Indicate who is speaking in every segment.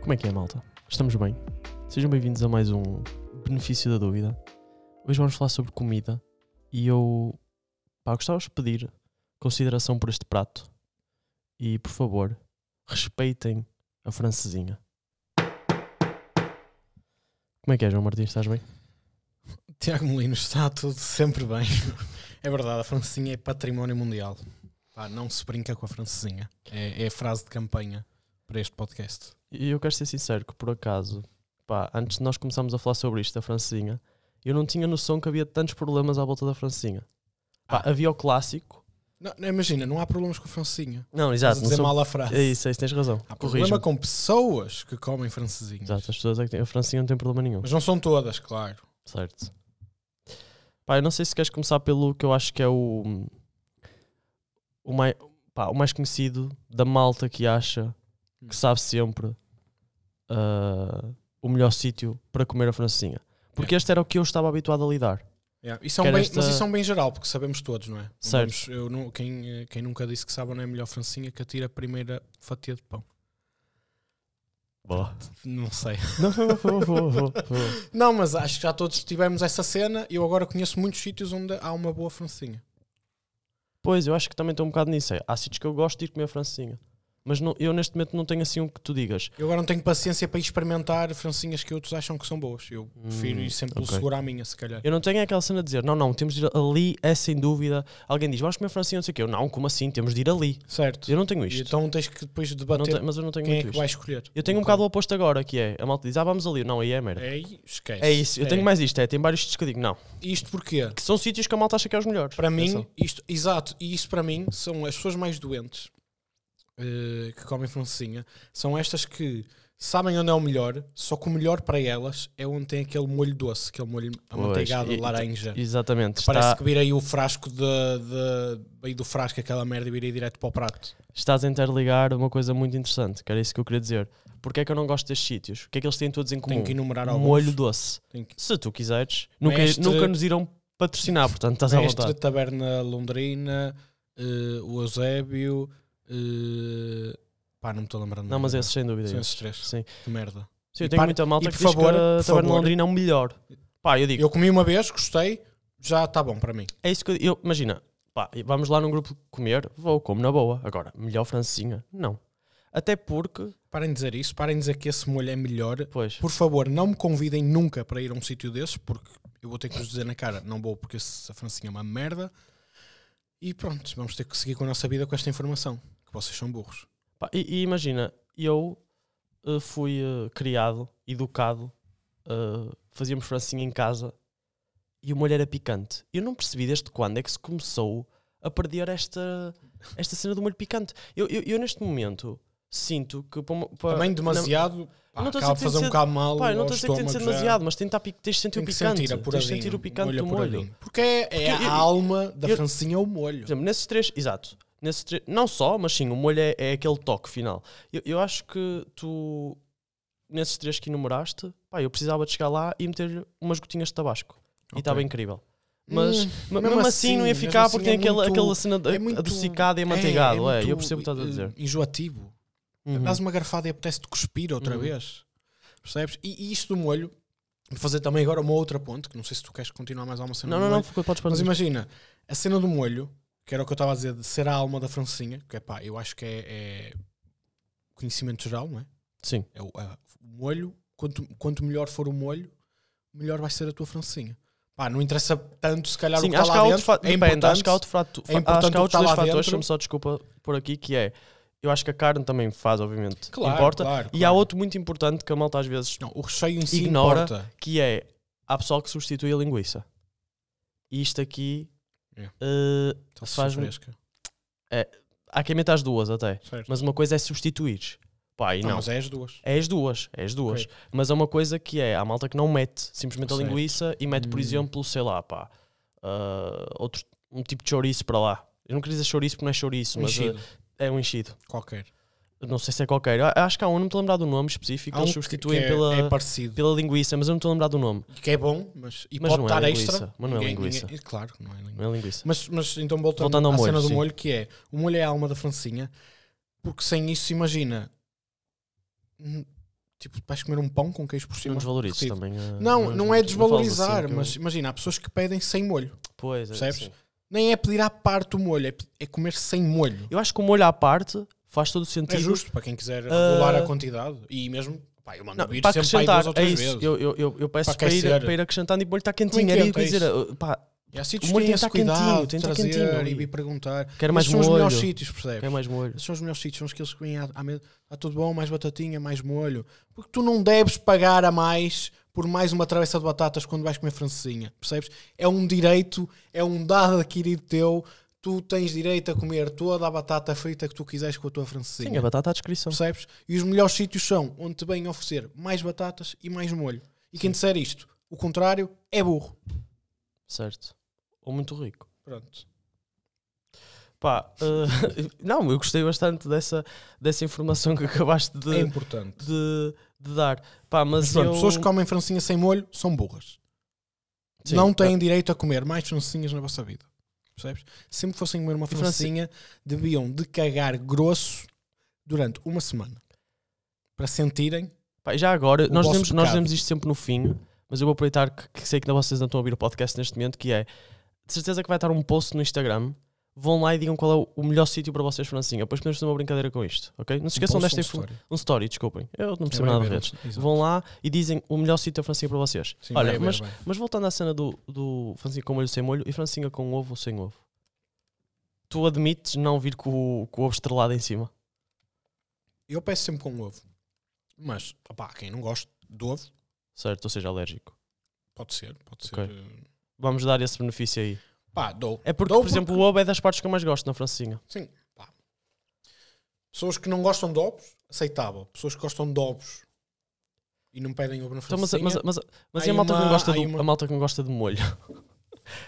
Speaker 1: Como é que é, malta? Estamos bem? Sejam bem-vindos a mais um Benefício da Dúvida. Hoje vamos falar sobre comida e eu pá, gostava de pedir consideração por este prato e, por favor, respeitem a francesinha. Como é que é, João Martins? Estás bem?
Speaker 2: Tiago Molinos, está tudo sempre bem. É verdade, a francesinha é património mundial. Pá, não se brinca com a francesinha. É, é a frase de campanha para este podcast.
Speaker 1: E eu quero ser sincero que, por acaso, pá, antes de nós começarmos a falar sobre isto, da francesinha, eu não tinha noção que havia tantos problemas à volta da francesinha. Pá, havia o clássico.
Speaker 2: Não, não, imagina, não há problemas com a francesinha.
Speaker 1: Não, exato.
Speaker 2: Estás a
Speaker 1: não
Speaker 2: dizer
Speaker 1: sou-
Speaker 2: mal a frase.
Speaker 1: É isso, é isso, tens razão.
Speaker 2: Há
Speaker 1: Corrijo.
Speaker 2: problema com pessoas que comem francesinhas.
Speaker 1: Exato, as pessoas é que têm. A francesinha não tem problema nenhum.
Speaker 2: Mas não são todas, claro.
Speaker 1: Certo. Pá, eu não sei se queres começar pelo que eu acho que é o. O mais, pá, o mais conhecido da malta que acha
Speaker 2: Hum.
Speaker 1: que sabe sempre ah, o melhor sítio para comer a francesinha. Porque este era o que eu estava habituado a lidar.
Speaker 2: Yeah. Isso é um
Speaker 1: Quer
Speaker 2: bem-
Speaker 1: esta-
Speaker 2: Mas isso é um bem geral, porque sabemos todos, não é? Não
Speaker 1: Certo.
Speaker 2: vamos- eu não- quem, eh, quem nunca disse que sabe não é melhor francesinha que atira a primeira fatia de pão.
Speaker 1: Boa.
Speaker 2: Não sei.
Speaker 1: Não, vou, vou, vou, vou, vou.
Speaker 2: Não, mas acho que já todos tivemos essa cena. Eu agora conheço muitos sítios onde há uma boa francesinha.
Speaker 1: Pois, eu acho que também estou um bocado nisso. é. Há sítios que eu gosto de ir comer a francesinha. Mas não- eu neste momento não tenho assim um que tu digas.
Speaker 2: Eu agora não tenho paciência para ir experimentar francesinhas que outros acham que são boas. Eu prefiro ir sempre pelo
Speaker 1: Hum, ok.
Speaker 2: seguro à minha, se calhar.
Speaker 1: Eu não tenho aquela cena de dizer, não, não, temos de ir ali, é sem dúvida. Alguém diz, vamos comer francesinha, não sei o quê. Eu, não, como assim? Temos de ir ali.
Speaker 2: Certo.
Speaker 1: Eu não tenho
Speaker 2: E
Speaker 1: isto.
Speaker 2: então tens que depois
Speaker 1: Não
Speaker 2: debater
Speaker 1: te- mas eu não tenho
Speaker 2: quem é
Speaker 1: muito
Speaker 2: que
Speaker 1: isto.
Speaker 2: vai escolher.
Speaker 1: Eu tenho um bocado o oposto agora, que é a malta diz, ah, vamos ali. Não, aí é merda.
Speaker 2: Ei, esquece.
Speaker 1: É, isso, eu
Speaker 2: É.
Speaker 1: tenho mais isto, é, tem vários sítios que eu digo, não.
Speaker 2: Isto porquê?
Speaker 1: Que são sítios que a malta acha que é os melhores.
Speaker 2: Para mim,
Speaker 1: Atenção.
Speaker 2: isto, exato, e isso para mim são as pessoas mais doentes eh, que comem francesinha, são estas que sabem onde é o melhor, só que o melhor para elas é onde tem aquele molho doce, aquele molho
Speaker 1: Pois,
Speaker 2: amanteigado,
Speaker 1: e-
Speaker 2: de laranja.
Speaker 1: Exatamente.
Speaker 2: Parece
Speaker 1: Está,
Speaker 2: é. que vira aí o frasco de, de- veio do frasco aquela merda e vira aí direto para o prato.
Speaker 1: Estás a interligar uma coisa muito interessante, que era isso que eu queria dizer. Porquê é que eu não gosto destes sítios? O que é que eles têm todos em comum?
Speaker 2: Tenho que enumerar alguns.
Speaker 1: Molho doce.
Speaker 2: Tenho que...
Speaker 1: Se tu quiseres. Nunca,
Speaker 2: Mestre-
Speaker 1: nunca nos irão patrocinar, portanto estás à
Speaker 2: Mestre,
Speaker 1: vontade.
Speaker 2: Taberna Londrina, eh, o Eusébio, eh, pá, não me estou a lembrar. de
Speaker 1: Não,
Speaker 2: nada.
Speaker 1: mas esses sem dúvida.
Speaker 2: São
Speaker 1: esses.
Speaker 2: esses três.
Speaker 1: Sim.
Speaker 2: Que merda.
Speaker 1: Sim,
Speaker 2: E
Speaker 1: eu tenho
Speaker 2: par-
Speaker 1: muita malta
Speaker 2: e
Speaker 1: que
Speaker 2: por
Speaker 1: diz que a
Speaker 2: favor,
Speaker 1: Taberna
Speaker 2: por favor.
Speaker 1: Londrina é o melhor. Pá, eu digo,
Speaker 2: Eu comi uma vez, gostei, já está bom para mim.
Speaker 1: É isso que eu, eu imagina, pá, vamos lá num grupo comer, vou, como na boa. Agora, melhor francesinha? Não. Até porque,
Speaker 2: Parem de dizer isso, parem de dizer que esse molho é melhor.
Speaker 1: pois,
Speaker 2: Por favor, não me convidem nunca para ir a um sítio desses, porque eu vou ter que vos dizer na cara, não vou porque essa francinha é uma merda. E pronto, vamos ter que seguir com a nossa vida com esta informação, que vocês são burros.
Speaker 1: pá, e, e imagina, eu eh, fui eh, criado, educado, eh, fazíamos francesinha em casa e o molho era picante. Eu não percebi desde quando é que se começou a perder esta, esta cena do molho picante. Eu, eu, eu neste momento sinto que... Para, uma- para-
Speaker 2: Também
Speaker 1: na-
Speaker 2: demasiado, pá,
Speaker 1: não estou a dizer que
Speaker 2: acaba de fazer
Speaker 1: tem
Speaker 2: um bocado mal
Speaker 1: Pá, eu não
Speaker 2: ao
Speaker 1: estou a dizer que tem de
Speaker 2: estômago.
Speaker 1: ser
Speaker 2: já.
Speaker 1: demasiado, mas tem de estar pic- tens de sentir o
Speaker 2: Tem que
Speaker 1: picante.
Speaker 2: sentir
Speaker 1: tens de
Speaker 2: apuradinho,
Speaker 1: sentir o picante
Speaker 2: molho
Speaker 1: do molho.
Speaker 2: apuradinho. Porque é, é
Speaker 1: Porque eu-
Speaker 2: a alma da
Speaker 1: eu-
Speaker 2: francinha é o
Speaker 1: Por
Speaker 2: molho.
Speaker 1: exemplo, nesses três, exato, nesses três, não só, mas sim, o molho é, é aquele toque final. Eu, eu acho que tu, nesses três que enumeraste, pá, eu precisava de chegar lá e meter-lhe umas gotinhas de tabasco. E
Speaker 2: Ok.
Speaker 1: estava incrível. Mas
Speaker 2: Hum,
Speaker 1: ma-
Speaker 2: mesmo
Speaker 1: mesmo assim não ia
Speaker 2: assim,
Speaker 1: ficar
Speaker 2: mesmo
Speaker 1: porque tem
Speaker 2: assim é
Speaker 1: aquela,
Speaker 2: muito-
Speaker 1: aquela cena de-
Speaker 2: é muito-
Speaker 1: adocicada e amanteigado. É, eu
Speaker 2: muito,
Speaker 1: percebo o que estás a
Speaker 2: eh,
Speaker 1: dizer.
Speaker 2: Enjoativo.
Speaker 1: Uhum.
Speaker 2: dás uma garfada e apetece-te cuspir outra
Speaker 1: Uhum.
Speaker 2: vez. Percebes? E, e isto do molho, vou fazer também agora uma outra ponte, que não sei se tu queres continuar mais alguma cena
Speaker 1: Não,
Speaker 2: do
Speaker 1: não,
Speaker 2: molho.
Speaker 1: não, porque podes
Speaker 2: é- Mas
Speaker 1: fazer.
Speaker 2: imagina, a cena do molho, que era o que eu estava a dizer, de ser a alma da francesinha, que é pá, eu acho que é, é conhecimento geral, não é?
Speaker 1: Sim,
Speaker 2: É o, é o molho, quanto, quanto melhor for o molho, melhor vai ser a tua francesinha. Pá, não interessa tanto, se calhar, o
Speaker 1: sim
Speaker 2: que está
Speaker 1: acho, que
Speaker 2: Tá lá
Speaker 1: há
Speaker 2: dentro.
Speaker 1: outro fa- depende,
Speaker 2: é
Speaker 1: acho
Speaker 2: importante.
Speaker 1: que há outro fato.
Speaker 2: é importante
Speaker 1: acho que há
Speaker 2: o que
Speaker 1: outros
Speaker 2: está
Speaker 1: dois
Speaker 2: lá
Speaker 1: fatores,
Speaker 2: dentro.
Speaker 1: deixa-me só desculpa por aqui, que é. Eu acho que a carne também faz, obviamente.
Speaker 2: Claro,
Speaker 1: importa.
Speaker 2: claro,
Speaker 1: E há
Speaker 2: claro.
Speaker 1: outro muito importante que a malta às vezes
Speaker 2: Não, o recheio em si
Speaker 1: Ignora.
Speaker 2: importa.
Speaker 1: que é há pessoal que substitui a linguiça. E isto aqui
Speaker 2: É.
Speaker 1: eh,
Speaker 2: Está-se
Speaker 1: Faz-me-
Speaker 2: fresca.
Speaker 1: há quem meta as duas até.
Speaker 2: Certo.
Speaker 1: Mas uma coisa é substituir. Pá, e
Speaker 2: não,
Speaker 1: não.
Speaker 2: mas é as duas.
Speaker 1: É as duas, é as duas.
Speaker 2: Ok.
Speaker 1: Mas é uma coisa que é, há malta que não mete simplesmente a
Speaker 2: Certo.
Speaker 1: linguiça e mete, por
Speaker 2: Hum.
Speaker 1: exemplo, sei lá, pá, ah, outro, um tipo de chouriço para lá. Eu não queria dizer chouriço porque não é chouriço, mas eh,
Speaker 2: Enchido,
Speaker 1: é um enchido.
Speaker 2: qualquer.
Speaker 1: Não sei se é qualquer. Eu Acho que há um, não me estou a lembrar do nome específico,
Speaker 2: Há um
Speaker 1: eles
Speaker 2: que-
Speaker 1: substituem
Speaker 2: que é-
Speaker 1: pela,
Speaker 2: É parecido.
Speaker 1: pela linguiça, mas eu não me estou a lembrar do nome.
Speaker 2: Que é bom, mas. E
Speaker 1: Mas
Speaker 2: pode
Speaker 1: não é
Speaker 2: estar
Speaker 1: linguiça,
Speaker 2: extra.
Speaker 1: mas não é
Speaker 2: Ninguém-
Speaker 1: linguiça.
Speaker 2: ninguém- claro que não é linguiça.
Speaker 1: Não é linguiça.
Speaker 2: Mas, mas então voltando,
Speaker 1: Voltando ao
Speaker 2: à
Speaker 1: molho,
Speaker 2: cena do
Speaker 1: sim.
Speaker 2: molho, que é o molho é a alma da francinha, porque sem isso, imagina, hum, Tipo, vais comer um pão com queijo por cima.
Speaker 1: Não desvalorizes
Speaker 2: derretido.
Speaker 1: também. eh,
Speaker 2: Não, não é desvalorizar,
Speaker 1: falas
Speaker 2: mas
Speaker 1: assim que eu-
Speaker 2: imagina, há pessoas que pedem sem molho.
Speaker 1: Pois, é,
Speaker 2: percebes?
Speaker 1: sim.
Speaker 2: Nem é pedir à parte o molho, é, pe- é comer sem molho.
Speaker 1: Eu acho que o molho à parte faz todo o
Speaker 2: É
Speaker 1: sentido.
Speaker 2: justo para quem quiser regular
Speaker 1: Ah.
Speaker 2: a quantidade. E mesmo, pá, eu mando
Speaker 1: Não,
Speaker 2: vir
Speaker 1: para
Speaker 2: sempre para aí
Speaker 1: acrescentar,
Speaker 2: duas ou
Speaker 1: é
Speaker 2: três
Speaker 1: isso.
Speaker 2: vezes.
Speaker 1: Eu, eu, eu, eu peço
Speaker 2: Para
Speaker 1: para ir,
Speaker 2: aquecer.
Speaker 1: para ir acrescentando e o molho está quentinho. Era
Speaker 2: Quentinho,
Speaker 1: isso que eu ia
Speaker 2: é
Speaker 1: dizer. eh, Pá,
Speaker 2: E há
Speaker 1: O
Speaker 2: sítios que
Speaker 1: molho tem que
Speaker 2: têm esse
Speaker 1: estar quentinho, tem
Speaker 2: cuidado de
Speaker 1: que estar
Speaker 2: trazer
Speaker 1: quentinho
Speaker 2: e
Speaker 1: ali.
Speaker 2: vir perguntar.
Speaker 1: Quero mais
Speaker 2: Esses são os
Speaker 1: molho.
Speaker 2: melhores sítios, percebes?
Speaker 1: quer mais molho?
Speaker 2: Esses são os melhores sítios, são aqueles que vêm à, à mesa. ah, Está tudo bom, mais batatinha, mais molho. Porque tu não deves pagar a mais por mais uma travessa de batatas quando vais comer francesinha, percebes? É um direito, é um dado adquirido teu. Tu tens direito a comer toda a batata frita que tu quiseres com a tua francesinha.
Speaker 1: Sim, é a batata à descrição.
Speaker 2: Percebes? E os melhores sítios são onde te vêm oferecer mais batatas e mais molho. E quem disser isto, o contrário, é burro.
Speaker 1: Certo. Ou muito rico.
Speaker 2: Pronto.
Speaker 1: Pá, eh, não, eu gostei bastante dessa, dessa informação que acabaste de,
Speaker 2: É importante.
Speaker 1: de, de dar. Pá, mas,
Speaker 2: Mas pronto,
Speaker 1: eu...
Speaker 2: pessoas que comem francinha sem molho são burras.
Speaker 1: Sim,
Speaker 2: não
Speaker 1: eh,
Speaker 2: têm direito a comer mais francinhas na vossa vida. Percebes? Sempre que fossem comer uma
Speaker 1: franci-
Speaker 2: francinha, deviam de cagar grosso durante uma semana. Para sentirem.
Speaker 1: Pá, e já agora,
Speaker 2: O
Speaker 1: nós
Speaker 2: vosso
Speaker 1: dizemos, nós
Speaker 2: pecado.
Speaker 1: dizemos isto sempre no fim, mas eu vou aproveitar que, que sei que ainda vocês não estão a ouvir o podcast neste momento, que é de certeza que vai estar um post no Instagram. Vão lá e digam qual é o- o melhor sítio para vocês, Francinha. Depois podemos fazer uma brincadeira com isto, ok? Não se esqueçam
Speaker 2: Ouçam
Speaker 1: desta
Speaker 2: a
Speaker 1: informação.
Speaker 2: história.
Speaker 1: Um story, desculpem. Eu não percebo
Speaker 2: vai
Speaker 1: nada de
Speaker 2: haver
Speaker 1: redes.
Speaker 2: um- exato.
Speaker 1: Vão lá e dizem o melhor sítio da Francinha para vocês.
Speaker 2: Sim, é vai
Speaker 1: Olha,
Speaker 2: haver,
Speaker 1: mas,
Speaker 2: vai.
Speaker 1: mas voltando à cena do, do Francinha com molho sem molho e Francinha com ovo ou sem ovo. Tu admites não vir com o, com o ovo estrelado em cima?
Speaker 2: Eu peço sempre com ovo. Mas, opá, quem não gosta de ovo,
Speaker 1: Certo, ou seja, alérgico.
Speaker 2: pode ser. Pode ser.
Speaker 1: Ok.
Speaker 2: eh,
Speaker 1: Vamos dar esse benefício aí.
Speaker 2: Pá, dou.
Speaker 1: É porque,
Speaker 2: Dou
Speaker 1: por exemplo, o ovo é das partes que eu mais gosto na francinha.
Speaker 2: Sim, pá. Pessoas que não gostam de ovos, aceitável. Pessoas que gostam de ovos e não pedem ovo na
Speaker 1: Então, mas,
Speaker 2: francesinha,
Speaker 1: mas, mas, mas
Speaker 2: Há
Speaker 1: e a malta, que não
Speaker 2: Ah, uma-
Speaker 1: gosta
Speaker 2: há
Speaker 1: do,
Speaker 2: uma-
Speaker 1: a malta que não gosta de molho?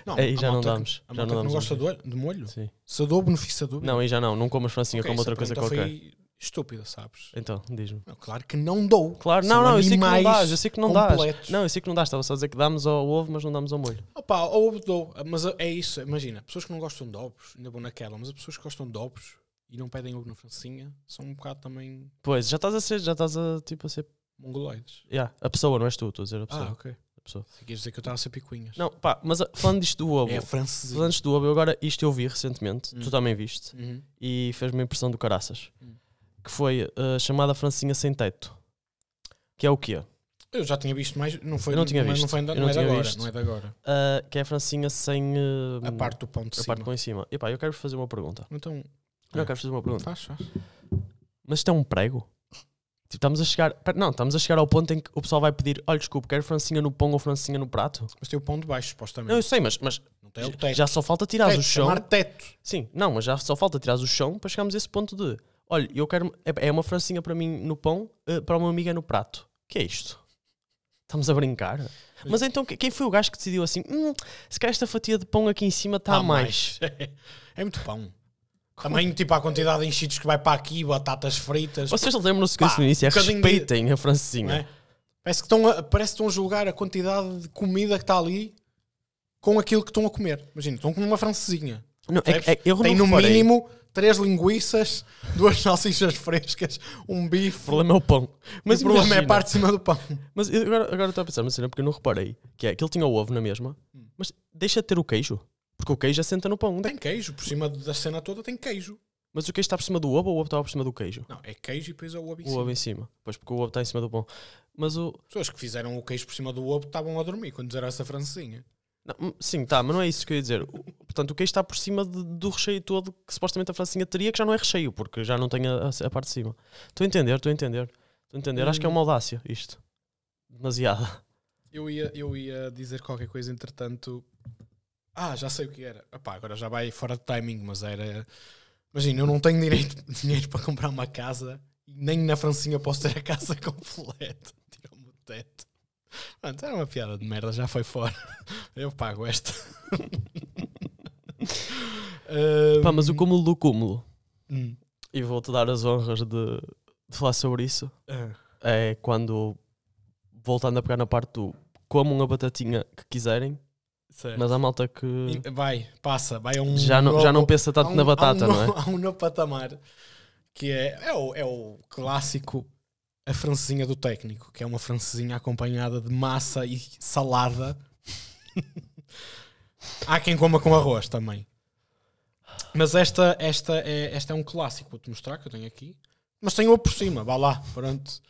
Speaker 2: não,
Speaker 1: aí
Speaker 2: a
Speaker 1: já não
Speaker 2: malta que-
Speaker 1: damos, já não
Speaker 2: A malta que
Speaker 1: damos
Speaker 2: não gosta de olho- de molho,
Speaker 1: Sim.
Speaker 2: se dou benefício do
Speaker 1: Não, aí já não. Não comas francinha, como outra coisa qualquer.
Speaker 2: foi estúpida, sabes?
Speaker 1: Então, diz-me.
Speaker 2: Não, claro que não dou.
Speaker 1: Claro,
Speaker 2: São
Speaker 1: não, não, eu sei que não
Speaker 2: um animais
Speaker 1: dás, eu sei que não dás.
Speaker 2: completos.
Speaker 1: Não, eu sei que não dás, estava só a dizer que damos ao ovo, mas não damos ao molho.
Speaker 2: Opa, ou ovo dou, mas é isso, imagina, pessoas que não gostam de ovos, ainda vão naquela, mas as pessoas que gostam de ovos e não pedem ovo na francinha são um bocado também
Speaker 1: Pois, já estás a ser, já estás a, tipo, a ser...
Speaker 2: mongoloides.
Speaker 1: Yeah, a pessoa, não és tu, estou a dizer a pessoa.
Speaker 2: Ah, ok.
Speaker 1: a pessoa.
Speaker 2: Queres dizer que eu estava a ser picuinhas.
Speaker 1: Não, pá, mas a- falando disto do ovo,
Speaker 2: é a francesinha.
Speaker 1: falando disto do ovo, eu agora isto eu vi recentemente,
Speaker 2: Hum.
Speaker 1: tu também viste,
Speaker 2: Uhum.
Speaker 1: e fez-me uma impressão do caraças,
Speaker 2: Hum.
Speaker 1: que foi a chamada francinha sem teto. Que é o quê?
Speaker 2: Eu já tinha visto mais, não foi,
Speaker 1: Eu não tinha
Speaker 2: mas
Speaker 1: visto.
Speaker 2: Não, foi, ainda-
Speaker 1: Eu não
Speaker 2: não é de
Speaker 1: tinha
Speaker 2: agora,
Speaker 1: visto.
Speaker 2: não é de agora.
Speaker 1: Ah, que é a francinha sem... ah,
Speaker 2: A parte do pão de
Speaker 1: a
Speaker 2: cima.
Speaker 1: parte com em cima. Epá, eu quero-vos fazer uma pergunta.
Speaker 2: Então,
Speaker 1: Não,
Speaker 2: É.
Speaker 1: quero-vos fazer uma pergunta.
Speaker 2: faz, faz.
Speaker 1: Mas isto é um prego? Tipo, estamos a chegar... Pera, Não, estamos a chegar ao ponto em que o pessoal vai pedir olha, desculpe, quero francinha no pão ou francinha no prato?
Speaker 2: Mas tem o pão de baixo,
Speaker 1: Não,
Speaker 2: supostamente.
Speaker 1: eu sei, mas, mas
Speaker 2: Não, tem É, o teto.
Speaker 1: já só falta tirar
Speaker 2: teto,
Speaker 1: o chão...
Speaker 2: chamar teto.
Speaker 1: Sim, não, mas já só falta tirar o chão para chegarmos a esse ponto de olha, eu quero. É é uma francinha para mim no pão, eh, para o meu amigo é no prato. que é isto? Estamos a brincar? Mas então que- quem foi o gajo que decidiu assim? "Hum, se calhar esta fatia de pão aqui em cima está a
Speaker 2: Há
Speaker 1: Tá mais. é
Speaker 2: é muito pão. Também, tipo, a quantidade de enchidos que vai para aqui, batatas fritas.
Speaker 1: Vocês lembram-se que eu disse no
Speaker 2: Pá,
Speaker 1: início? É
Speaker 2: um bocadinho de-
Speaker 1: respeitem a
Speaker 2: não
Speaker 1: francinha.
Speaker 2: é? Parece que estão a, parece que estão a julgar a quantidade de comida que está ali com aquilo que estão a comer. Imagina, estão a comer uma francesinha.
Speaker 1: Não, é que- é que eu
Speaker 2: tem
Speaker 1: não
Speaker 2: no
Speaker 1: reparei.
Speaker 2: mínimo três linguiças, duas salsichas frescas, um
Speaker 1: O
Speaker 2: bife.
Speaker 1: problema é o pão. Mas
Speaker 2: Mas o problema é a
Speaker 1: imagina-
Speaker 2: parte de cima do pão.
Speaker 1: Mas eu agora, agora estou a pensar, mas porque eu não reparei. Que é que ele tinha o ovo na mesma,
Speaker 2: Hum.
Speaker 1: mas deixa de ter o queijo. Porque o queijo assenta no pão. Onde é que-
Speaker 2: Tem queijo, por cima da cena toda tem queijo.
Speaker 1: Mas o queijo está por cima do ovo ou o ovo está por cima do queijo?
Speaker 2: Não, é queijo e depois é o ovo em
Speaker 1: O
Speaker 2: cima.
Speaker 1: ovo em cima. Pois, porque o ovo está em cima do pão. Mas o.
Speaker 2: Pessoas que fizeram o queijo por cima do ovo estavam a dormir quando fizeram essa francesinha.
Speaker 1: não, sim, tá, mas não é isso que eu ia dizer. O- Portanto, o queijo está por cima de- do recheio todo que supostamente a francinha teria, que já não é recheio, porque já não tem a, a- a parte de cima. Estou a entender, estou a entender. Estou a entender. Acho que é
Speaker 2: Hum.
Speaker 1: uma audácia isto. Demasiada.
Speaker 2: Eu ia, eu ia dizer qualquer coisa, entretanto. Ah, já sei o que era. Epá, agora já vai fora de timing, mas era. Imagina, eu não tenho direito, dinheiro para comprar uma casa e nem na francinha posso ter a casa completa. Tirou-me o teto. Pronto, era uma piada de merda, já foi fora. Eu pago esta.
Speaker 1: Pá, mas o cúmulo do cúmulo,
Speaker 2: Hum.
Speaker 1: e vou-te dar as honras de, de falar sobre isso,
Speaker 2: Ah,
Speaker 1: é quando. Voltando a pegar na parte do. Comam a batatinha que quiserem,
Speaker 2: certo.
Speaker 1: mas há malta que.
Speaker 2: E- Vai, passa, vai a um.
Speaker 1: Já não, já não
Speaker 2: novo-
Speaker 1: pensa tanto
Speaker 2: há um-
Speaker 1: na batata,
Speaker 2: há um
Speaker 1: não é?
Speaker 2: novo- Há um novo patamar que é, é, o, é o clássico a francesinha do técnico, que é uma francesinha acompanhada de massa e salada. Há quem coma com arroz também. Mas esta, esta, é, esta é um clássico, vou-te mostrar que eu tenho aqui. Mas tem outro por cima, vá lá, pronto.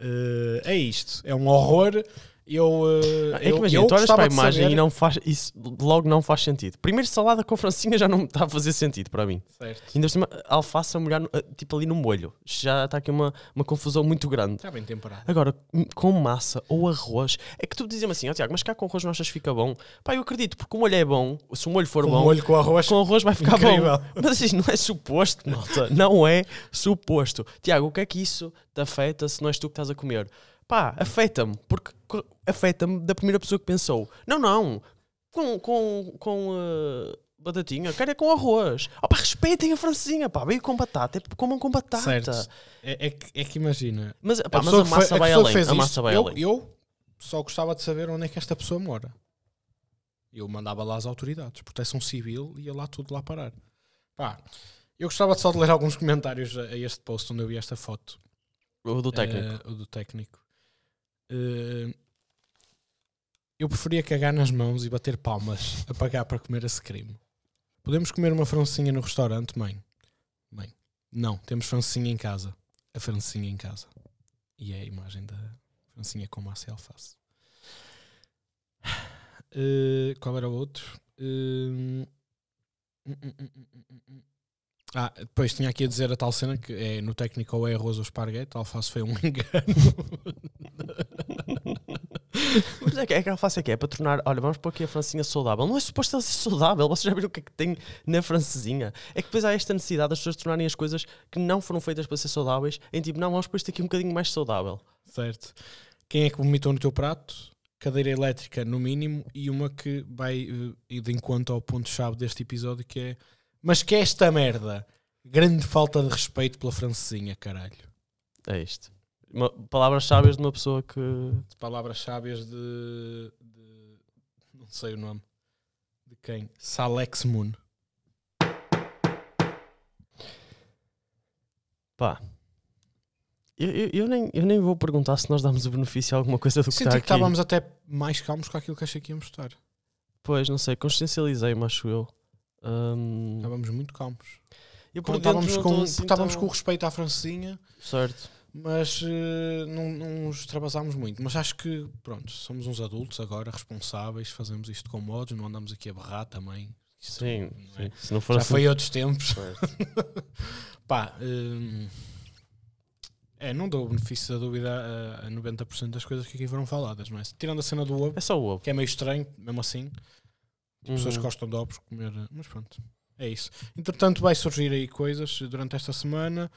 Speaker 2: Eh, é isto, é um horror. Eu, eh,
Speaker 1: É que
Speaker 2: eu,
Speaker 1: imagina,
Speaker 2: eu
Speaker 1: tu olhas
Speaker 2: gostava
Speaker 1: para a
Speaker 2: de
Speaker 1: imagem
Speaker 2: saber-
Speaker 1: e não faz, isso logo não faz sentido. Primeiro, salada com francinha já não está a fazer sentido para mim.
Speaker 2: Certo.
Speaker 1: Ainda por cima, alface a molhar no- eh, tipo ali no molho. Já está aqui uma, uma confusão muito grande.
Speaker 2: Está bem temperado.
Speaker 1: Agora, com massa ou arroz, é que tu dizes-me assim, ó Tiago, mas cá com arroz não achas que fica bom? Pá, eu acredito, porque o molho é bom, se o molho for
Speaker 2: Com
Speaker 1: bom,
Speaker 2: Um molho com arroz.
Speaker 1: com arroz vai ficar
Speaker 2: Incrível.
Speaker 1: bom. Mas isso não é suposto, malta. Não é suposto. Tiago, o que é que isso te afeta se não és tu que estás a comer? Pá, afeta-me, porque co- afeta-me da primeira pessoa que pensou. Não, não, com, com, com eh, batatinha, quero é com arroz. Oh, pá, respeitem a francesinha, pá, veio com batata, é- comam com batata.
Speaker 2: Certo. É, é que, é que imagina.
Speaker 1: Mas, pá, mas
Speaker 2: pessoa
Speaker 1: a
Speaker 2: que foi-
Speaker 1: massa vai
Speaker 2: pessoa que
Speaker 1: além,
Speaker 2: fez
Speaker 1: a
Speaker 2: isto,
Speaker 1: massa vai
Speaker 2: eu,
Speaker 1: além.
Speaker 2: eu só gostava de saber onde é que esta pessoa mora. Eu mandava lá as autoridades, proteção civil, ia lá tudo lá parar. Pá, eu gostava de só de ler alguns comentários a, a este post onde eu vi esta foto.
Speaker 1: O do técnico.
Speaker 2: Eh, o do técnico. Eh, eu preferia cagar nas mãos e bater palmas a pagar para comer esse crime. Podemos comer uma francinha no restaurante, mãe? Mãe, não, temos francinha em casa. A francinha em casa. E é a imagem da francinha com massa e alface. Eh, qual era o outro? Eh, hum, hum, hum, hum, hum, hum. Ah, depois tinha aqui a dizer a tal cena que é no técnico ou é arroz ou esparguete, alface foi um engano.
Speaker 1: Mas é que, é que a alface é que é para tornar. Olha, vamos pôr aqui a francesinha saudável. Não é suposto ela ser saudável. Vocês já viram o que é que tem na francesinha? É que depois há esta necessidade das pessoas tornarem as coisas que não foram feitas para ser saudáveis em tipo, não, vamos pôr isto aqui um bocadinho mais saudável.
Speaker 2: Certo. Quem é que vomitou no teu prato? Cadeira elétrica, no mínimo, e uma que vai eh, ir de encontro ao ponto-chave deste episódio que é Mas que é esta merda? Grande falta de respeito pela francesinha, caralho.
Speaker 1: É isto. Uma- palavras sábias de uma pessoa que.
Speaker 2: De palavras sábias de, de- não sei o nome. De quem? Salex Moon.
Speaker 1: pá. Eu, eu- eu nem, eu nem vou perguntar se nós damos o benefício a alguma coisa do que
Speaker 2: Senti
Speaker 1: está
Speaker 2: que
Speaker 1: aqui.
Speaker 2: estávamos até mais calmos com aquilo que achei que íamos estar.
Speaker 1: Pois, não sei, consciencializei-me, acho eu. Hum,
Speaker 2: Estávamos muito calmos.
Speaker 1: eu por
Speaker 2: Tá Quando
Speaker 1: dentro
Speaker 2: Estávamos,
Speaker 1: não
Speaker 2: com, um-
Speaker 1: estou assim
Speaker 2: estávamos
Speaker 1: tão-
Speaker 2: com um- respeito à francesinha.
Speaker 1: Certo.
Speaker 2: mas eh, não, não os extravasámos muito. Mas acho que, pronto, somos uns adultos agora, responsáveis, fazemos isto com modos, não andamos aqui a berrar também. Isso
Speaker 1: Sim,
Speaker 2: não é?
Speaker 1: sim. Se não for
Speaker 2: Já
Speaker 1: assim.
Speaker 2: foi outros tempos.
Speaker 1: Certo.
Speaker 2: Pá, hum, é, não dou o benefício da dúvida a, a 90% das coisas que aqui foram faladas, não é? Tirando a cena do ovo,
Speaker 1: É só o ovo.
Speaker 2: que é meio estranho, mesmo assim. Pessoas
Speaker 1: Uhum.
Speaker 2: gostam de ovos comer, eh, mas pronto, é isso. Entretanto, vai surgir aí coisas durante esta semana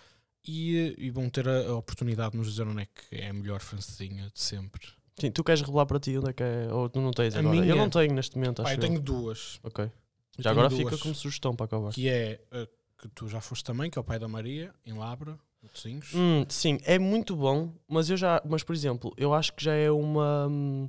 Speaker 2: e, e vão ter a, a oportunidade de nos dizer onde é que é a melhor francesinha de sempre.
Speaker 1: Sim, tu queres revelar para ti onde é que é? Ou tu não tens
Speaker 2: A
Speaker 1: agora?
Speaker 2: minha-
Speaker 1: Eu não tenho neste momento, acho
Speaker 2: Pá, eu
Speaker 1: eu.
Speaker 2: tenho duas.
Speaker 1: Tá Ok.
Speaker 2: Eu
Speaker 1: Já
Speaker 2: tenho
Speaker 1: agora
Speaker 2: duas,
Speaker 1: fica como sugestão para acabar.
Speaker 2: Que é a que tu já foste também, que é o pai da Maria, em Labra, no Tozinhos.
Speaker 1: Hum, sim, é muito bom, mas eu já. Mas, por exemplo, eu acho que já é uma. hum,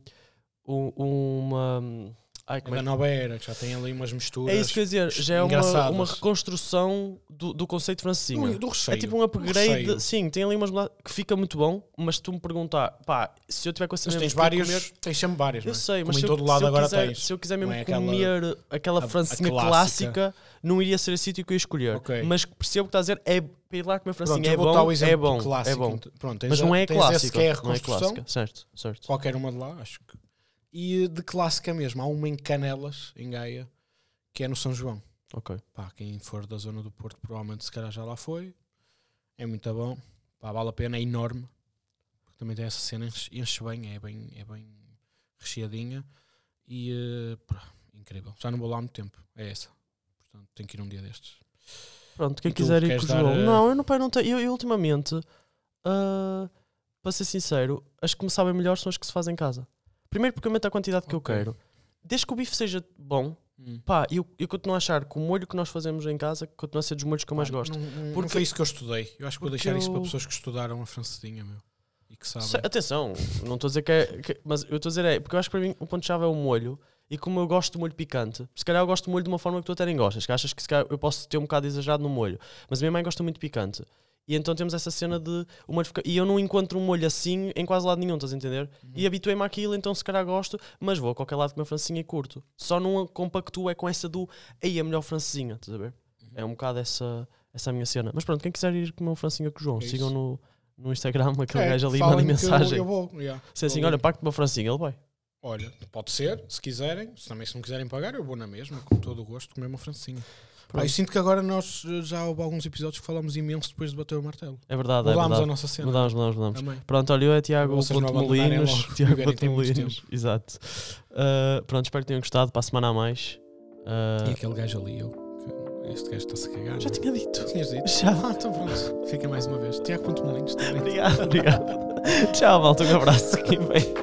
Speaker 1: um- uma. hum, Ai,
Speaker 2: É
Speaker 1: como é,
Speaker 2: da
Speaker 1: que-
Speaker 2: Nova Era, que já tem ali umas misturas.
Speaker 1: é isso que eu ia dizer, já é uma,
Speaker 2: engraçadas.
Speaker 1: uma reconstrução do, do conceito francinho.
Speaker 2: do, do recheio.
Speaker 1: É tipo um
Speaker 2: do
Speaker 1: upgrade,
Speaker 2: recheio.
Speaker 1: sim, tem ali umas mudanças que fica muito bom, mas se tu me perguntar, pá, se eu tiver com essa
Speaker 2: Mas
Speaker 1: mesma
Speaker 2: tens
Speaker 1: mistura de
Speaker 2: vários,
Speaker 1: comer-
Speaker 2: tens sempre várias,
Speaker 1: Eu
Speaker 2: não é?
Speaker 1: sei, mas
Speaker 2: Como em
Speaker 1: se,
Speaker 2: todo
Speaker 1: eu,
Speaker 2: lado
Speaker 1: se eu
Speaker 2: agora
Speaker 1: quiser,
Speaker 2: tens.
Speaker 1: se eu quiser mesmo
Speaker 2: Não é aquela-
Speaker 1: comer aquela
Speaker 2: a- a
Speaker 1: francinha
Speaker 2: clássica.
Speaker 1: clássica, não iria ser esse sítio que eu ia escolher.
Speaker 2: Ok.
Speaker 1: Mas percebo o que estás a dizer, é, para ir lá comer francinha
Speaker 2: Pronto, eu
Speaker 1: é,
Speaker 2: vou dar o
Speaker 1: bom,
Speaker 2: exemplo
Speaker 1: é bom,
Speaker 2: do clássico.
Speaker 1: é bom.
Speaker 2: Pronto, tens
Speaker 1: Mas
Speaker 2: a-
Speaker 1: não é
Speaker 2: tens esse
Speaker 1: clássica,
Speaker 2: que é a
Speaker 1: não é
Speaker 2: reconstrução,
Speaker 1: clássica, certo, certo.
Speaker 2: qualquer uma de lá, acho que. E de clássica mesmo, há uma em Canelas, em Gaia, que é no São João.
Speaker 1: Ok.
Speaker 2: Pá, quem for da zona do Porto, provavelmente se calhar já lá foi. É muito bom. Pá, vale a pena, é enorme. Porque também tem essa cena, enche, enche bem, é bem, é bem recheadinha. E eh, pá, incrível. Já não vou lá há muito tempo. É essa. Portanto, tenho que ir um dia destes.
Speaker 1: Pronto, quem
Speaker 2: E tu,
Speaker 1: quiser ir
Speaker 2: queres
Speaker 1: com o
Speaker 2: dar,
Speaker 1: João.
Speaker 2: eh,
Speaker 1: Não, eu não, pá, eu não tenho. Eu, eu ultimamente, ah, para ser sincero, as que me sabem melhor são as que se fazem em casa. Primeiro porque aumenta a quantidade que
Speaker 2: Ok.
Speaker 1: eu quero. Desde que o bife seja bom,
Speaker 2: Hum.
Speaker 1: pá, eu, eu continuo a achar que o molho que nós fazemos em casa continua a ser dos molhos que eu mais
Speaker 2: Pá,
Speaker 1: gosto.
Speaker 2: Não, não, não
Speaker 1: Porque-
Speaker 2: foi isso que eu estudei. Eu acho que vou
Speaker 1: Porque
Speaker 2: deixar isso para
Speaker 1: eu-
Speaker 2: pessoas que estudaram a francesinha, meu. E que sabem.
Speaker 1: Se- atenção, não estou a dizer que é. que- mas eu estou a dizer é, porque eu acho que para mim o ponto-chave é o molho. E como eu gosto de molho picante, se calhar eu gosto de molho de uma forma que tu até nem gostas, que achas que se calhar eu posso ter um bocado de exagerado no molho. Mas a minha mãe gosta muito de picante. E então temos essa cena de o molho fica- E eu não encontro um molho assim em quase lado nenhum, estás a entender?
Speaker 2: Uhum.
Speaker 1: E habituei-me àquilo, então se calhar gosto, mas vou a qualquer lado comer francesinha e curto. Só não a compactuo é com essa do aí a melhor francesinha, estás a ver?
Speaker 2: Uhum.
Speaker 1: É um bocado essa, essa a minha cena. Mas pronto, quem quiser ir comer um francesinha com o João,
Speaker 2: É
Speaker 1: sigam
Speaker 2: isso.
Speaker 1: no, no Instagram, aquele
Speaker 2: É,
Speaker 1: gajo ali
Speaker 2: falem
Speaker 1: manda
Speaker 2: que eu-
Speaker 1: mensagem.
Speaker 2: Eu, vou, yeah,
Speaker 1: Se é assim,
Speaker 2: vou
Speaker 1: olha,
Speaker 2: ali.
Speaker 1: pacto uma francinha, ele vai.
Speaker 2: Olha, pode ser, se quiserem. Se também se não quiserem pagar, eu vou na mesma, com todo o gosto, comer uma francinha. Pá, eu sinto que agora nós eh, já houve alguns episódios que falamos imenso depois de bater o martelo.
Speaker 1: É verdade, é
Speaker 2: Mudámos
Speaker 1: verdade.
Speaker 2: a nossa cena.
Speaker 1: Mudámos, mudámos, mudámos.
Speaker 2: Também.
Speaker 1: Pronto, olha, eu é Tiago
Speaker 2: Vocês não
Speaker 1: Ponte
Speaker 2: abandonarem
Speaker 1: Molinos.
Speaker 2: é logo,
Speaker 1: Tiago
Speaker 2: viverem
Speaker 1: Ponte
Speaker 2: tem muito
Speaker 1: Molinos, exato. Uh, pronto, espero que tenham gostado. Para a semana a mais. Uh,
Speaker 2: E aquele gajo ali, eu. que Este gajo está-se a cagar.
Speaker 1: já tinha dito.
Speaker 2: tinhas dito.
Speaker 1: Já.
Speaker 2: Ah, então pronto. Fica mais uma vez. Tiago Ponto Molinos também.
Speaker 1: Obrigado, obrigado. Tchau, malta. Um abraço. Fiquem bem.